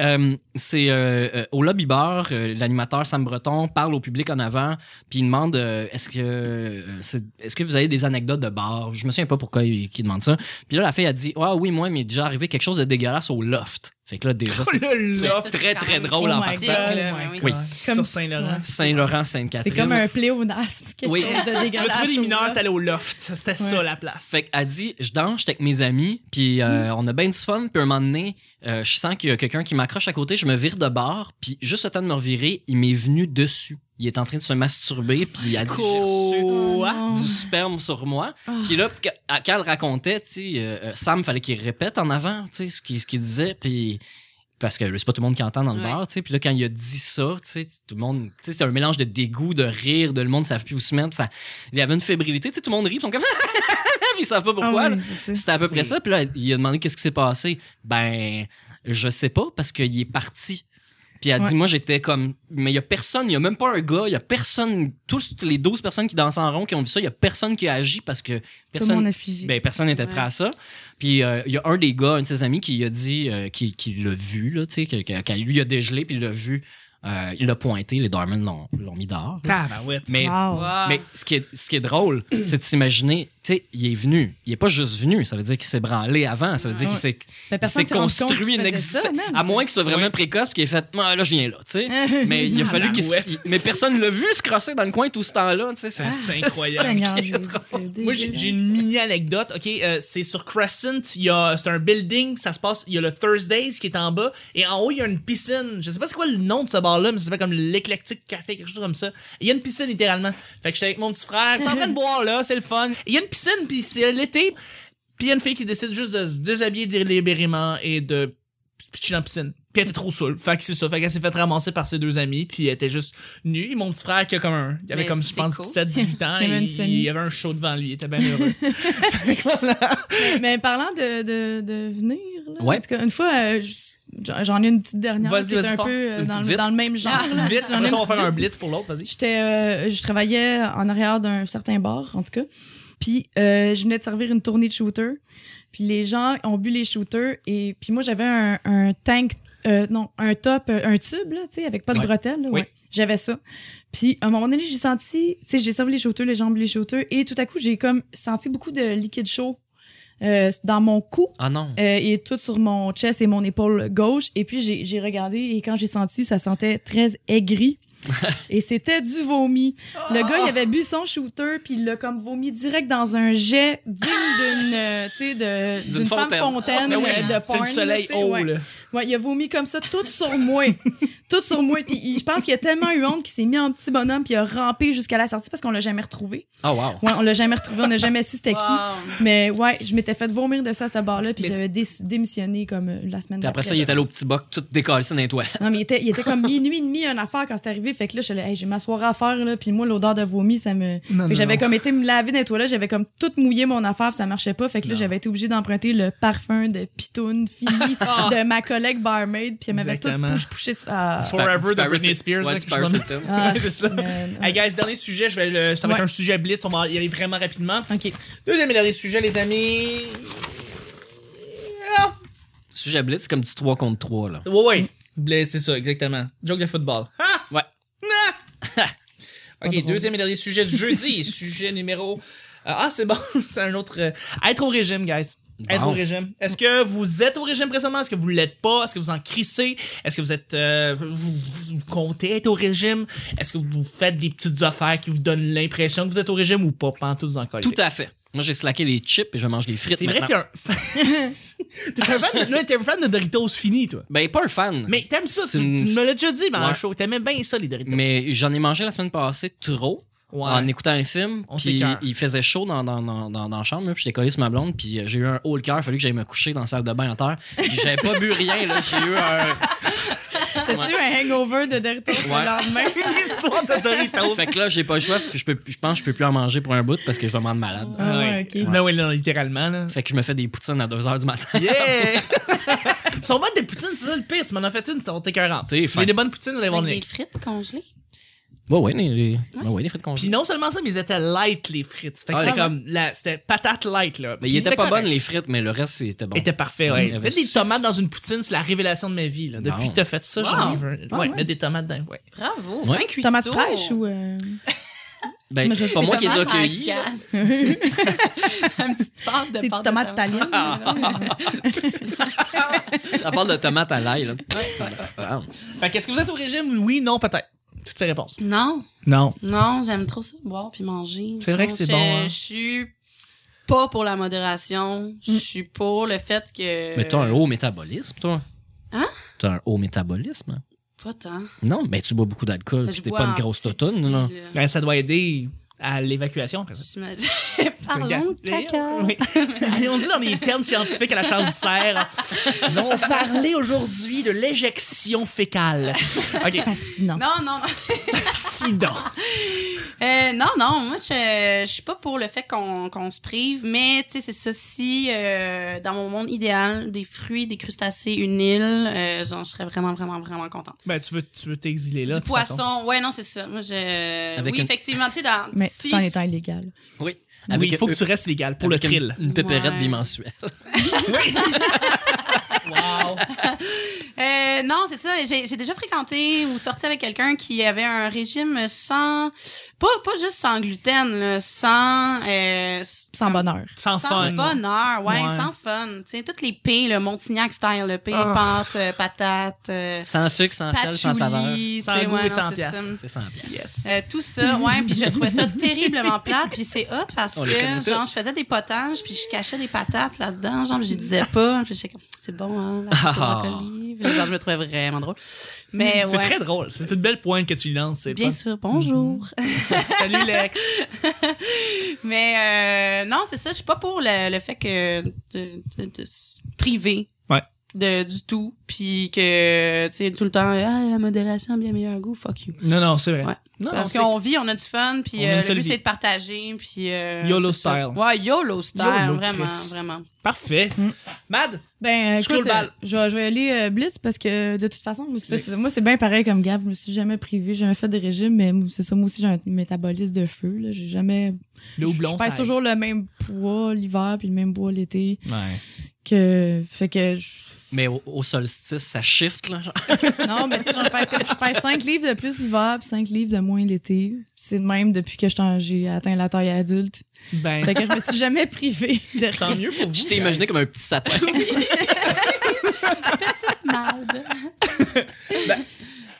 Speaker 4: euh, c'est euh, euh, au lobby bar, euh, l'animateur Sam Breton parle au public en avant, puis il demande euh, est-ce que euh, c'est- est-ce que vous avez des anecdotes de bar Je me souviens pas pourquoi il, qu'il demande ça. Puis là, la fille a dit ah oui, moi, mais déjà arrivé quelque chose de dégueulasse au loft. Fait que là, déjà, c'est
Speaker 2: Le
Speaker 4: C'est
Speaker 2: loft.
Speaker 4: très, très drôle
Speaker 1: Oh
Speaker 4: en
Speaker 1: my
Speaker 4: partant.
Speaker 1: God.
Speaker 4: Oui.
Speaker 1: Comme
Speaker 2: Sur Saint-Laurent.
Speaker 4: Saint-Laurent, Sainte-Catherine.
Speaker 1: C'est comme un pléonasme, quelque
Speaker 4: Oui.
Speaker 1: chose de
Speaker 2: Tu veux
Speaker 1: dégueulasse.
Speaker 2: trouver des
Speaker 1: au
Speaker 2: mineurs,
Speaker 1: loft.
Speaker 2: t'allais au loft. C'était ça
Speaker 1: Ouais.
Speaker 2: la place.
Speaker 4: Fait qu'elle dit, je danse, j'étais avec mes amis, puis euh,
Speaker 1: Mm.
Speaker 4: on a bien du fun, puis un moment donné, euh, je sens qu'il y a quelqu'un qui m'accroche à côté, je me vire de bord, puis juste le temps de me revirer, il m'est venu dessus. Il est en train de se masturber, puis il a dit, j'ai reçu
Speaker 2: Quoi?
Speaker 1: non.
Speaker 4: du sperme sur moi.
Speaker 1: Ah.
Speaker 4: Puis là, qu- à- quand elle racontait, tu sais, euh, euh, Sam, fallait qu'il répète en avant, tu sais, ce qu'il ce qu'il disait, puis... Parce que c'est pas tout le monde qui entend dans le
Speaker 3: Ouais.
Speaker 4: bar, tu sais. Puis là, quand il a dit ça, tu sais, tout le monde... Tu sais, c'est un mélange de dégoût, de rire, de le monde ne savent plus où se mettre. Ça, il y avait une fébrilité, tu sais, tout le monde rit, puis ils sont comme... ils savent pas pourquoi,
Speaker 1: Ah
Speaker 4: là.
Speaker 1: oui, c'est ça.
Speaker 4: C'était à peu
Speaker 2: C'est-
Speaker 4: près ça. Puis là, il a demandé qu'est-ce qui s'est passé. Ben, je sais pas parce qu'il est parti. Puis elle a dit,
Speaker 1: Ouais.
Speaker 4: moi, j'étais comme, mais il y a personne, il y a même pas un gars, il y a personne, tous les 12 personnes qui dansent en rond qui ont vu ça, il y a personne qui a agi parce
Speaker 1: Tout le
Speaker 4: que
Speaker 1: monde
Speaker 4: personne,
Speaker 1: a figé.
Speaker 4: ben, personne n'était prêt
Speaker 3: Ouais.
Speaker 4: à ça. Puis euh, il y a un des gars, un de ses amis, qui a dit, euh, qui, qui l'a vu, là, tu sais, que- que- quand lui il a dégelé, puis il l'a vu, euh, il l'a pointé, les Diamonds l'ont- l'ont mis dehors. là.
Speaker 2: Tabarouette.
Speaker 4: Mais
Speaker 1: Wow.
Speaker 2: Ah.
Speaker 3: Wow.
Speaker 4: mais ce qui est, ce qui est drôle, c'est de s'imaginer, tu sais, il est venu. Il est pas juste venu, ça veut dire qu'il s'est branlé avant, ça veut dire
Speaker 1: Ouais.
Speaker 2: Ah,
Speaker 4: qu'il s'est
Speaker 1: Ben,
Speaker 4: il
Speaker 1: personne
Speaker 4: s'est
Speaker 1: s'est rendu compte
Speaker 4: construit
Speaker 1: qu'il
Speaker 4: une
Speaker 1: faisait ça,
Speaker 4: existence.
Speaker 1: man.
Speaker 4: À moins qu'il soit vraiment précoce puis qu'il ait fait, Ah, là, je viens là, tu sais.
Speaker 2: Ah,
Speaker 4: Mais il a
Speaker 1: Ah,
Speaker 4: fallu qu'il. se-
Speaker 2: Tabarouette.
Speaker 4: il- Mais personne l'a vu se crosser dans le coin tout ce temps-là, tu sais. c'est-
Speaker 2: C'est incroyable.
Speaker 1: Seigneur Jésus, c'est
Speaker 2: Moi,
Speaker 3: hein.
Speaker 2: j'ai j'ai une mini anecdote. Ok, euh, c'est sur Crescent. Il y a, c'est un building. Ça se passe. Il y a le Thursdays qui est en bas et en haut il y a une piscine. Je sais pas c'est quoi le nom de ce bar-là, mais ça s'appelle comme l'éclectique café, quelque chose comme ça. Et Il y a une piscine littéralement. Fait que j'étais avec mon petit frère. T'es en train de boire là, c'est le fun. Et Il y a une piscine puis c'est l'été. Puis il y a une fille qui décide juste de se déshabiller délibérément et de pitcher dans la piscine. Puis elle était trop saoule. Fait que c'est ça. Fait qu'elle s'est fait ramasser par ses deux amis. Puis elle était juste nue. Et mon petit frère qui a comme un. Il avait
Speaker 3: Mais
Speaker 2: comme, je
Speaker 3: c'est
Speaker 2: pense,
Speaker 3: cool.
Speaker 2: 17, 18 ans.
Speaker 1: Il avait une
Speaker 2: il,
Speaker 1: semi.
Speaker 2: il avait un show devant lui. Il était bien heureux.
Speaker 1: Mais parlant de, de, de venir, là,
Speaker 4: Ouais.
Speaker 1: en tout cas, une fois, euh, j- j'en ai une petite dernière
Speaker 2: Vas-y,
Speaker 1: qui
Speaker 2: vas-y,
Speaker 1: est un
Speaker 2: fort.
Speaker 1: peu euh,
Speaker 4: Une
Speaker 1: dans,
Speaker 4: petite
Speaker 1: le,
Speaker 4: vite.
Speaker 1: dans le même genre.
Speaker 3: Ah,
Speaker 2: vite.
Speaker 1: J'en ai
Speaker 2: Après ça,
Speaker 1: une
Speaker 2: on va faire un
Speaker 1: petite-
Speaker 2: blitz pour l'autre. Vas-y.
Speaker 1: J'étais, euh, je travaillais en arrière d'un certain bar, en tout cas. Puis euh, je venais de servir une tournée de shooters. Puis les gens ont bu les shooters. Et puis moi, j'avais un, un tank, euh, non, un top, euh, un tube, là, tu sais, avec pas de
Speaker 4: Ouais.
Speaker 1: bretelles. là,
Speaker 4: Oui.
Speaker 1: ouais. J'avais ça. Puis à un moment donné, j'ai senti, tu sais, j'ai servi les shooters, les jambes les shooters. Et tout à coup, j'ai comme senti beaucoup de liquide chaud euh, dans mon cou.
Speaker 4: Ah non.
Speaker 1: Euh, et tout sur mon chest et mon épaule gauche. Et puis, j'ai- j'ai regardé et quand j'ai senti, ça sentait très aigri. et c'était du vomi. Le gars, il avait bu son shooter, puis il l'a comme vomi direct dans un jet digne d'une euh, tu sais, de-
Speaker 4: D'une
Speaker 1: d'une femme
Speaker 4: fontaine.
Speaker 1: fontaine
Speaker 2: Ben oui,
Speaker 1: euh, de porn.
Speaker 2: c'est le soleil
Speaker 1: tu sais,
Speaker 2: haut,
Speaker 1: ouais.
Speaker 2: là.
Speaker 1: Ouais, il a vomi comme ça, tout sur moi. tout sur moi. Puis il- je pense qu'il a tellement eu honte qu'il s'est mis en petit bonhomme, puis il a rampé jusqu'à la sortie parce qu'on l'a jamais retrouvé.
Speaker 4: Ah, wow.
Speaker 1: Ouais, on l'a jamais retrouvé, on n'a jamais su c'était qui.
Speaker 3: Wow.
Speaker 1: Mais ouais, je m'étais fait vomir de ça à ce bar-là, puis
Speaker 2: Mais
Speaker 1: j'avais dé- démissionné comme euh, la semaine
Speaker 4: Puis
Speaker 1: d'après.
Speaker 4: après ça, il est allé au petit boc, tout décalé dans les toilettes.
Speaker 1: Non, mais il était, il était comme minuit et demi, une affaire quand c'est arrivé. Fait que là, je suis allée, Hey, j'ai ma soirée à faire, là, puis moi, l'odeur de vomi, ça me.
Speaker 2: Ah
Speaker 1: Fait que j'avais comme été me laver dans les toilettes, j'avais comme tout mouillé mon affaire, puis ça marchait pas. Fait que là,
Speaker 2: Non.
Speaker 1: j'avais été obligée d'emprunter le parfum de pitoune fini de ma collègue barmaid, puis elle m'avait tout
Speaker 2: Ah. Exactement.
Speaker 1: pouche-pouché. Ah,
Speaker 2: Forever de
Speaker 4: Paris-
Speaker 2: Britney Spears.
Speaker 4: Ouais,
Speaker 2: là,
Speaker 4: du
Speaker 2: quelque chose
Speaker 4: Paris
Speaker 2: comme-
Speaker 4: Hilton.
Speaker 1: ah,
Speaker 2: c'est ça.
Speaker 1: man.
Speaker 2: Hey guys, dernier sujet, je vais le- ça va être
Speaker 1: Ouais.
Speaker 2: un sujet blitz, on va y aller vraiment rapidement.
Speaker 1: OK.
Speaker 2: Deuxième et dernier sujet, les amis. Ah!
Speaker 4: Sujet blitz, c'est comme du 3 contre 3, là.
Speaker 2: Ouais, ouais. Blais, C'est ça, exactement. Joke de football. Ah!
Speaker 4: Ouais.
Speaker 2: Ah! ok,
Speaker 1: drôle.
Speaker 2: deuxième et dernier sujet du jeudi. sujet numéro. euh, ah, c'est bon, c'est un autre. euh, être au régime, guys. Être
Speaker 4: Bon.
Speaker 2: au régime. Est-ce que vous êtes au régime présentement? Est-ce que vous l'êtes pas? Est-ce que vous en crissez? Est-ce que vous êtes. euh, vous, vous- vous comptez être au régime? Est-ce que vous faites des petites affaires qui vous donnent l'impression que vous êtes au régime ou pas? Pendant tout, vous en
Speaker 4: Tout à fait. Moi, j'ai slacké les chips et je mange les frites.
Speaker 2: C'est vrai
Speaker 4: maintenant.
Speaker 2: que t'es un. t'es un fan de- là, t'es un fan de Doritos fini, toi.
Speaker 4: Ben, pas un fan.
Speaker 2: Mais t'aimes ça, tu,
Speaker 4: C'est une-
Speaker 2: tu me l'as déjà dit dans le
Speaker 4: Ouais.
Speaker 2: show. T'aimais bien ça, les Doritos.
Speaker 4: Mais j'en ai mangé la semaine passée trop.
Speaker 2: Ouais.
Speaker 4: en écoutant un film.
Speaker 2: On
Speaker 4: puis
Speaker 2: s'écoeure.
Speaker 4: il faisait chaud dans, dans, dans, dans, dans la chambre, là, puis j'étais collé sur ma blonde, puis euh, j'ai eu un haut le cœur, fallu que j'aille me coucher dans la salle de bain en terre. Puis j'avais pas bu rien, là, j'ai eu un...
Speaker 1: T'as-tu un hangover de Doritos
Speaker 4: Ouais.
Speaker 1: le lendemain?
Speaker 2: L'histoire de Doritos.
Speaker 4: Fait que là, j'ai pas le choix, puis je, peux, je pense que je peux plus en manger pour un bout parce que je vais me rendre malade.
Speaker 1: Ah ouais, ok.
Speaker 2: Non, ouais, non, littéralement, là.
Speaker 4: Fait que je me fais des poutines à 2h du matin.
Speaker 2: Yeah! Ils sont bonnes des poutines, c'est ça le pire. Tu m'en as fait une, c'était t'écœurante.
Speaker 4: T'es
Speaker 2: Si vous voulez
Speaker 4: fin.
Speaker 2: des bonnes poutines, allez voir
Speaker 3: Avec
Speaker 2: le
Speaker 3: des frites congelées.
Speaker 4: Ouais, Bah ouais, les, les- ouais, ouais, les frites congelées.
Speaker 2: Puis non seulement ça, mais ils étaient light, les frites. Fait
Speaker 4: Ah,
Speaker 2: que c'était
Speaker 1: ouais.
Speaker 2: comme. la- C'était patate light, là.
Speaker 4: Mais
Speaker 2: Puis
Speaker 4: ils étaient
Speaker 2: c'était
Speaker 4: pas
Speaker 2: correct.
Speaker 4: bonnes, les frites, mais le reste, c'était bon.
Speaker 2: Était parfait,
Speaker 4: Ouais, il
Speaker 2: ouais.
Speaker 4: y avait
Speaker 2: Mettre des
Speaker 4: ça.
Speaker 2: tomates dans une poutine, c'est la révélation de ma vie. Là. Depuis
Speaker 4: Wow.
Speaker 2: que t'as fait ça, j'en veux. Ouais,
Speaker 1: Ah, ouais.
Speaker 2: mettre des tomates dedans, ouais.
Speaker 3: Bravo,
Speaker 4: Ouais.
Speaker 3: fin cuistot.
Speaker 1: Tomates fraîches ou. euh,
Speaker 4: Ben,
Speaker 1: Mais je
Speaker 4: c'est pas moi qui les ai
Speaker 3: Tomates en
Speaker 4: accueillis.
Speaker 3: canne. Une petite pâte
Speaker 1: Des
Speaker 3: de
Speaker 1: petites
Speaker 3: pâte de
Speaker 1: tomates
Speaker 3: tomate.
Speaker 1: italiennes. là, tu sais.
Speaker 4: À part de tomates à l'ail, là. Ah, Wow.
Speaker 2: Fait que est-ce que vous êtes au régime? Oui, non, peut-être. Toutes ces réponses.
Speaker 3: Non,
Speaker 2: Non.
Speaker 3: non, j'aime trop ça, boire puis manger.
Speaker 2: C'est vrai que c'est
Speaker 3: Je-
Speaker 2: bon, hein.
Speaker 3: Je suis pas pour la modération.
Speaker 2: Mm.
Speaker 3: Je suis pour le fait que.
Speaker 4: Mais t'as un haut métabolisme, toi.
Speaker 3: Euh. Hein?
Speaker 4: T'as un haut métabolisme. hein?
Speaker 3: Pas tant.
Speaker 4: Non, mais tu bois beaucoup d'alcool.
Speaker 3: Je
Speaker 4: puis T'es
Speaker 3: bois
Speaker 4: pas
Speaker 3: en
Speaker 4: une grosse
Speaker 3: petit, euh,
Speaker 4: totone, là.
Speaker 3: là.
Speaker 2: Ben, ça doit aider à l'évacuation. après ça.
Speaker 3: J'imagine. Parlons de caca.
Speaker 2: euh, Oui. Allez, on dit dans les termes scientifiques à la chambre du cerf. Ils ont parlé aujourd'hui de l'éjection fécale. OK.
Speaker 1: Fascinant.
Speaker 3: Non, non, non.
Speaker 2: Sinon.
Speaker 3: Euh, non, non, moi, je, je suis pas pour le fait qu'on qu'on se prive, mais tu sais, c'est ça. Si, euh, dans mon monde idéal, des fruits, des crustacés, une île, euh, genre, je serais vraiment, vraiment, vraiment contente.
Speaker 2: Ben, tu veux tu veux t'exiler là.
Speaker 3: du
Speaker 2: de toute façon.
Speaker 3: poisson, ouais, non, c'est ça. Moi, je.
Speaker 4: Avec
Speaker 3: oui,
Speaker 4: une-
Speaker 3: effectivement, tu sais, dans.
Speaker 1: Mais
Speaker 3: si
Speaker 1: tout en
Speaker 3: je-
Speaker 1: étant illégal.
Speaker 3: euh,
Speaker 4: Oui.
Speaker 2: Oui, il faut que tu restes légal pour le
Speaker 4: euh, avec une-
Speaker 2: thrill.
Speaker 4: Une, pépérette
Speaker 3: Ouais.
Speaker 4: bimensuelle.
Speaker 2: Oui. wow.
Speaker 3: Euh, non, c'est ça. J'ai j'ai déjà fréquenté ou sorti avec quelqu'un qui avait un régime sans. Pas, pas juste sans gluten, là, sans. euh,
Speaker 1: Sans bonheur.
Speaker 2: Sans,
Speaker 3: Sans
Speaker 2: fun.
Speaker 3: bonheur, ouais,
Speaker 2: Ouais.
Speaker 3: sans fun. Tu sais, toutes les P, le Montignac style, le P,
Speaker 2: Ah.
Speaker 3: pâte, euh, patate, euh,
Speaker 4: Sans sucre, sans sel, sans saveur.
Speaker 3: patchouli,
Speaker 2: Sans
Speaker 3: tu sais,
Speaker 2: goût
Speaker 3: ouais,
Speaker 2: et
Speaker 3: non,
Speaker 2: sans
Speaker 3: c'est
Speaker 2: pièce.
Speaker 3: ça.
Speaker 4: C'est sans pièce.
Speaker 2: Yes.
Speaker 3: Euh, tout ça, ouais, puis je trouvais ça terriblement plate, puis c'est hot parce
Speaker 4: On
Speaker 3: que,
Speaker 4: les connaît
Speaker 3: genre, je faisais des potages, puis je cachais des patates là-dedans, genre, puis je disais pas, puis j'étais comme, c'est bon, hein, la petite
Speaker 4: Ah.
Speaker 3: brocoli, Puis là, genre, je me trouvais vraiment drôle. Mais
Speaker 2: C'est
Speaker 3: ben ouais,
Speaker 2: très drôle. C'est une belle pointe que tu lances. c'est
Speaker 3: bien
Speaker 2: fun.
Speaker 3: sûr, bonjour.
Speaker 4: Mhm.
Speaker 2: Salut Lex.
Speaker 3: Mais euh, non, c'est ça. Je suis pas pour le, le fait que de, de, de se priver
Speaker 2: Ouais.
Speaker 3: de, du tout. Puis que, tu sais, tout le temps, ah, la modération a bien meilleur goût, fuck you.
Speaker 2: Non, non, c'est vrai.
Speaker 3: Ouais.
Speaker 2: Non, non,
Speaker 3: Parce
Speaker 2: c'est-
Speaker 3: qu'on vit, on a du fun,
Speaker 2: On
Speaker 3: puis
Speaker 2: a
Speaker 3: euh,
Speaker 2: une
Speaker 3: le
Speaker 2: seule
Speaker 3: but,
Speaker 2: vie.
Speaker 3: c'est de partager, puis... euh,
Speaker 2: YOLO
Speaker 3: c'est ça.
Speaker 2: style.
Speaker 3: Ouais, YOLO style,
Speaker 2: YOLO,
Speaker 3: vraiment,
Speaker 2: Chris.
Speaker 3: vraiment.
Speaker 2: Parfait.
Speaker 3: Mm.
Speaker 2: Mad,
Speaker 1: Ben,
Speaker 2: Tu roules
Speaker 1: écoute,
Speaker 2: balle.
Speaker 1: euh, je, vais- je vais aller euh, blitz parce que de toute façon, moi, c'est- c'est- moi, c'est bien pareil comme Gab. Je me suis jamais privée. J'ai jamais fait de régime, mais moi, c'est ça. Moi aussi, j'ai un métabolisme de feu. là. J'ai jamais.
Speaker 2: le houblon,
Speaker 1: Je
Speaker 2: ça
Speaker 1: pèse
Speaker 2: aide.
Speaker 1: toujours le même poids l'hiver puis le même poids l'été.
Speaker 2: Ouais.
Speaker 1: Que... Fait que. je-
Speaker 4: Mais au, au solstice, ça shift, là. genre.
Speaker 1: Non, mais tu sais, j'en pèse comme- je pèse 5 livres de plus l'hiver puis 5 livres de moins l'été. C'est de même depuis que j'étais en- j'ai atteint la taille adulte.
Speaker 2: Ben,
Speaker 1: Fait que je me suis jamais privée de rien.
Speaker 2: tant mieux pour vous.
Speaker 4: Je t'ai imaginé comme un petit sapin.
Speaker 3: Petite malade.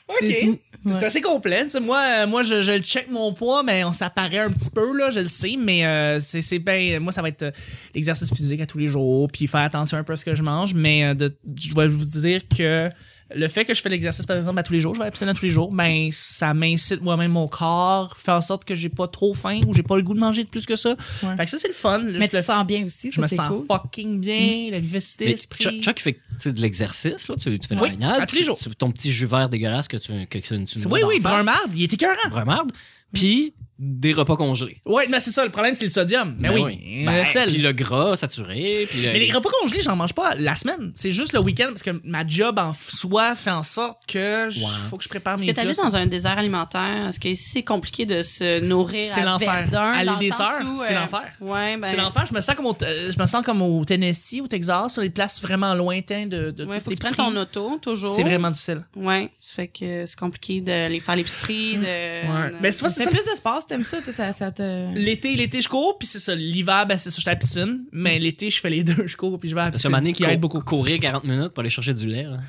Speaker 2: OK.
Speaker 1: C'est tout.
Speaker 2: C'est
Speaker 1: Ouais.
Speaker 2: assez complet. tu sais, moi, euh, moi je, je le check mon poids, mais on s'apparaît un petit peu, là, je le sais, mais euh, c'est, c'est bien. Moi, ça va être euh, l'exercice physique à tous les jours, puis faire attention un peu à ce que je mange, mais euh, de- je dois vous dire que le fait que je fais l'exercice, par exemple, à tous les jours, je vais à la piscine à tous les jours, ben, ça m'incite moi-même mon corps, fait en sorte que j'ai pas trop faim ou j'ai pas le goût de manger de plus que ça.
Speaker 1: Ouais.
Speaker 2: Fait que ça, c'est le fun. là,
Speaker 1: Mais
Speaker 2: je
Speaker 1: tu
Speaker 2: le-
Speaker 1: te sens bien aussi,
Speaker 2: je
Speaker 1: ça
Speaker 2: me
Speaker 1: c'est
Speaker 2: sens
Speaker 1: cool. Mm.
Speaker 2: fucking bien, la vivacité
Speaker 4: Mais
Speaker 2: d'esprit.
Speaker 4: Chuck, Chuck fait tu sais, de l'exercice, là. Tu, tu fais de la
Speaker 2: Oui,
Speaker 4: baignade,
Speaker 2: à tous les
Speaker 4: tu-
Speaker 2: jours.
Speaker 4: tu- ton petit jus vert dégueulasse que tu, que, que tu
Speaker 2: C'est-
Speaker 4: mets
Speaker 2: oui,
Speaker 4: dans
Speaker 2: oui,
Speaker 4: la face.
Speaker 2: brun marde, il est écœurant.
Speaker 4: Brun marde. Puis des repas congelés.
Speaker 2: Ouais, mais c'est ça, le problème, c'est le sodium. Mais oui, Euh,
Speaker 4: Ben,
Speaker 2: sel.
Speaker 4: Puis le gras saturé. Puis le-
Speaker 2: Mais les repas congelés, j'en mange pas la semaine. C'est juste le week-end parce que ma job en f- soi fait en sorte que je-
Speaker 4: Ouais.
Speaker 2: faut que je prépare
Speaker 3: Est-ce
Speaker 2: mes
Speaker 3: que t'habites
Speaker 2: plats.
Speaker 3: dans un désert alimentaire? Est-ce que ici, c'est compliqué de se nourrir
Speaker 2: C'est
Speaker 3: à
Speaker 2: l'enfer.
Speaker 3: Verdun?
Speaker 2: À
Speaker 3: dans le
Speaker 2: l'île des
Speaker 3: sens
Speaker 2: Sœurs,
Speaker 3: où,
Speaker 2: c'est
Speaker 3: euh,
Speaker 2: l'enfer.
Speaker 3: Ouais, ben...
Speaker 2: C'est l'enfer. Je me sens comme au, euh, je me sens comme au Tennessee, au Texas, sur les places vraiment lointaines de, de
Speaker 3: Ouais,
Speaker 2: toutes
Speaker 3: faut que
Speaker 2: les
Speaker 3: tu prennes
Speaker 2: épiceries.
Speaker 3: ton auto, toujours.
Speaker 2: C'est vraiment difficile.
Speaker 3: Ouais, ça fait que c'est compliqué de les faire l'épicerie, de.
Speaker 2: Ouais. Mais tu vois, c'est
Speaker 1: Fais
Speaker 2: ça.
Speaker 1: plus d'espace, t'aimes ça, tu sais, ça, ça te.
Speaker 2: L'été, l'été, je cours, puis c'est ça. L'hiver, ben, c'est ça, je suis à la piscine. Mais
Speaker 3: Mm.
Speaker 2: l'été, je fais les deux, je cours, puis je vais à la
Speaker 4: Parce que
Speaker 2: piscine.
Speaker 4: Mané
Speaker 2: Ce qui
Speaker 4: qui
Speaker 2: aide beaucoup.
Speaker 4: beaucoup. courir 40 minutes pour aller chercher du lait. là.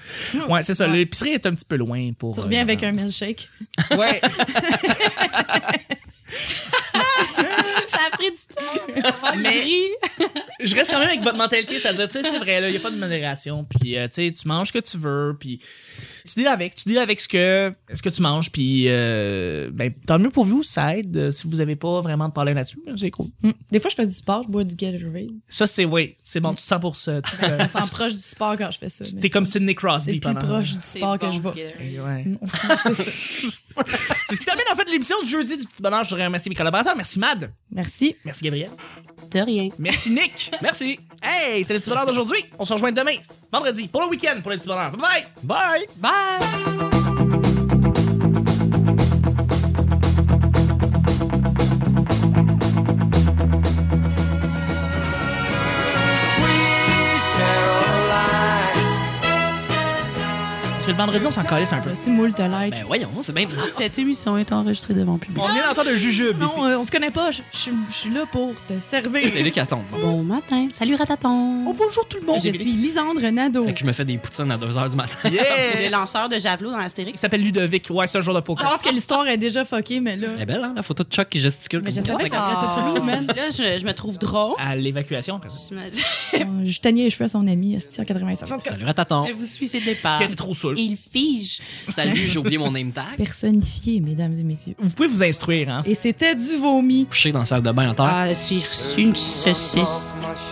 Speaker 2: Ouais, c'est ça.
Speaker 1: Ouais.
Speaker 2: L'épicerie est un petit peu loin pour.
Speaker 1: Tu reviens
Speaker 2: euh,
Speaker 1: avec un milkshake.
Speaker 2: Ouais.
Speaker 3: ça a pris du temps.
Speaker 1: Ah,
Speaker 2: Mais- je reste quand même avec votre mentalité, ça veut dire, tu sais, c'est vrai, là, il n'y a pas de modération, puis, euh, tu sais, tu manges ce que tu veux, puis tu deals avec, tu deals avec ce que, ce que tu manges, puis, euh, ben, tant mieux pour vous, ça aide, euh, si vous n'avez pas vraiment de problème là-dessus, ben, c'est cool.
Speaker 1: Mm. Des fois, je fais du sport, je bois du Gatorade.
Speaker 2: Ça, c'est, oui, c'est bon, tu te sens pour ça. Tu te-
Speaker 1: Je me sens proche du sport quand je fais ça. mais
Speaker 2: Ah, T'es comme
Speaker 1: c'est-
Speaker 2: Sidney Crosby
Speaker 1: ben, C'est plus
Speaker 2: pendant...
Speaker 1: proche du
Speaker 3: C'est
Speaker 1: sport que
Speaker 3: bon,
Speaker 1: je vois.
Speaker 3: Gatorade.
Speaker 2: Ouais. c'est ce qui termine en fait l'émission du jeudi du Petit bonheur. Je voudrais remercier mes collaborateurs. Merci Mad.
Speaker 1: Merci.
Speaker 2: Merci Gabriel.
Speaker 3: De rien.
Speaker 2: Merci Nick.
Speaker 4: Merci.
Speaker 2: Hey, c'est le petit bonheur d'aujourd'hui. On se rejoint demain, vendredi, pour le week-end, pour le petit bonheur. Bye bye!
Speaker 4: Bye.
Speaker 3: Bye!
Speaker 2: le vendredi, on s'en calisse un peu.
Speaker 1: Reçu moult de likes.
Speaker 4: Ben voyons, c'est bien bizarre.
Speaker 3: Cette émission est enregistrée devant le public.
Speaker 2: On est en train de jujube ici.
Speaker 1: non, euh, on se connaît pas. Je je- je suis là pour te
Speaker 4: C'est
Speaker 1: servir.
Speaker 4: l'hécatombe. Bon.
Speaker 3: Bon matin. Salut Rataton.
Speaker 2: Oh, bonjour tout le monde.
Speaker 1: Je suis Lisandre Nadeau.
Speaker 4: Fait que je me fais des poutines à 2h du matin.
Speaker 3: Le
Speaker 2: Yeah!
Speaker 3: lanceur de javelot dans
Speaker 2: Il
Speaker 3: Astérix.
Speaker 2: s'appelle Ludovic. Ouais, c'est un jour de
Speaker 1: Je
Speaker 2: poker.
Speaker 1: pense que l'histoire est déjà fuckée, mais là.
Speaker 4: Elle est belle, hein, la photo de Chuck qui gesticule
Speaker 1: Mais
Speaker 4: comme
Speaker 1: je sais
Speaker 4: une
Speaker 1: pas,
Speaker 4: tête.
Speaker 1: ça aurait tout flou, man.
Speaker 3: Là, je, je me trouve drôle.
Speaker 2: À l'évacuation. parce que-
Speaker 3: Je me-
Speaker 1: Euh, Je teignais les cheveux à son ami, esti, en 87.
Speaker 4: Salut à tonton.
Speaker 3: Je vous suis ses départs.
Speaker 2: T'es trop saoul.
Speaker 3: Et il fige.
Speaker 4: Salut, j'ai oublié mon name tag.
Speaker 1: Personnifié, mesdames et messieurs.
Speaker 2: Vous pouvez vous instruire, hein.
Speaker 1: Et c'était du vomi.
Speaker 4: Couché dans la salle de bain en terre.
Speaker 3: Ah, j'ai reçu une euh, saucisse.
Speaker 5: off my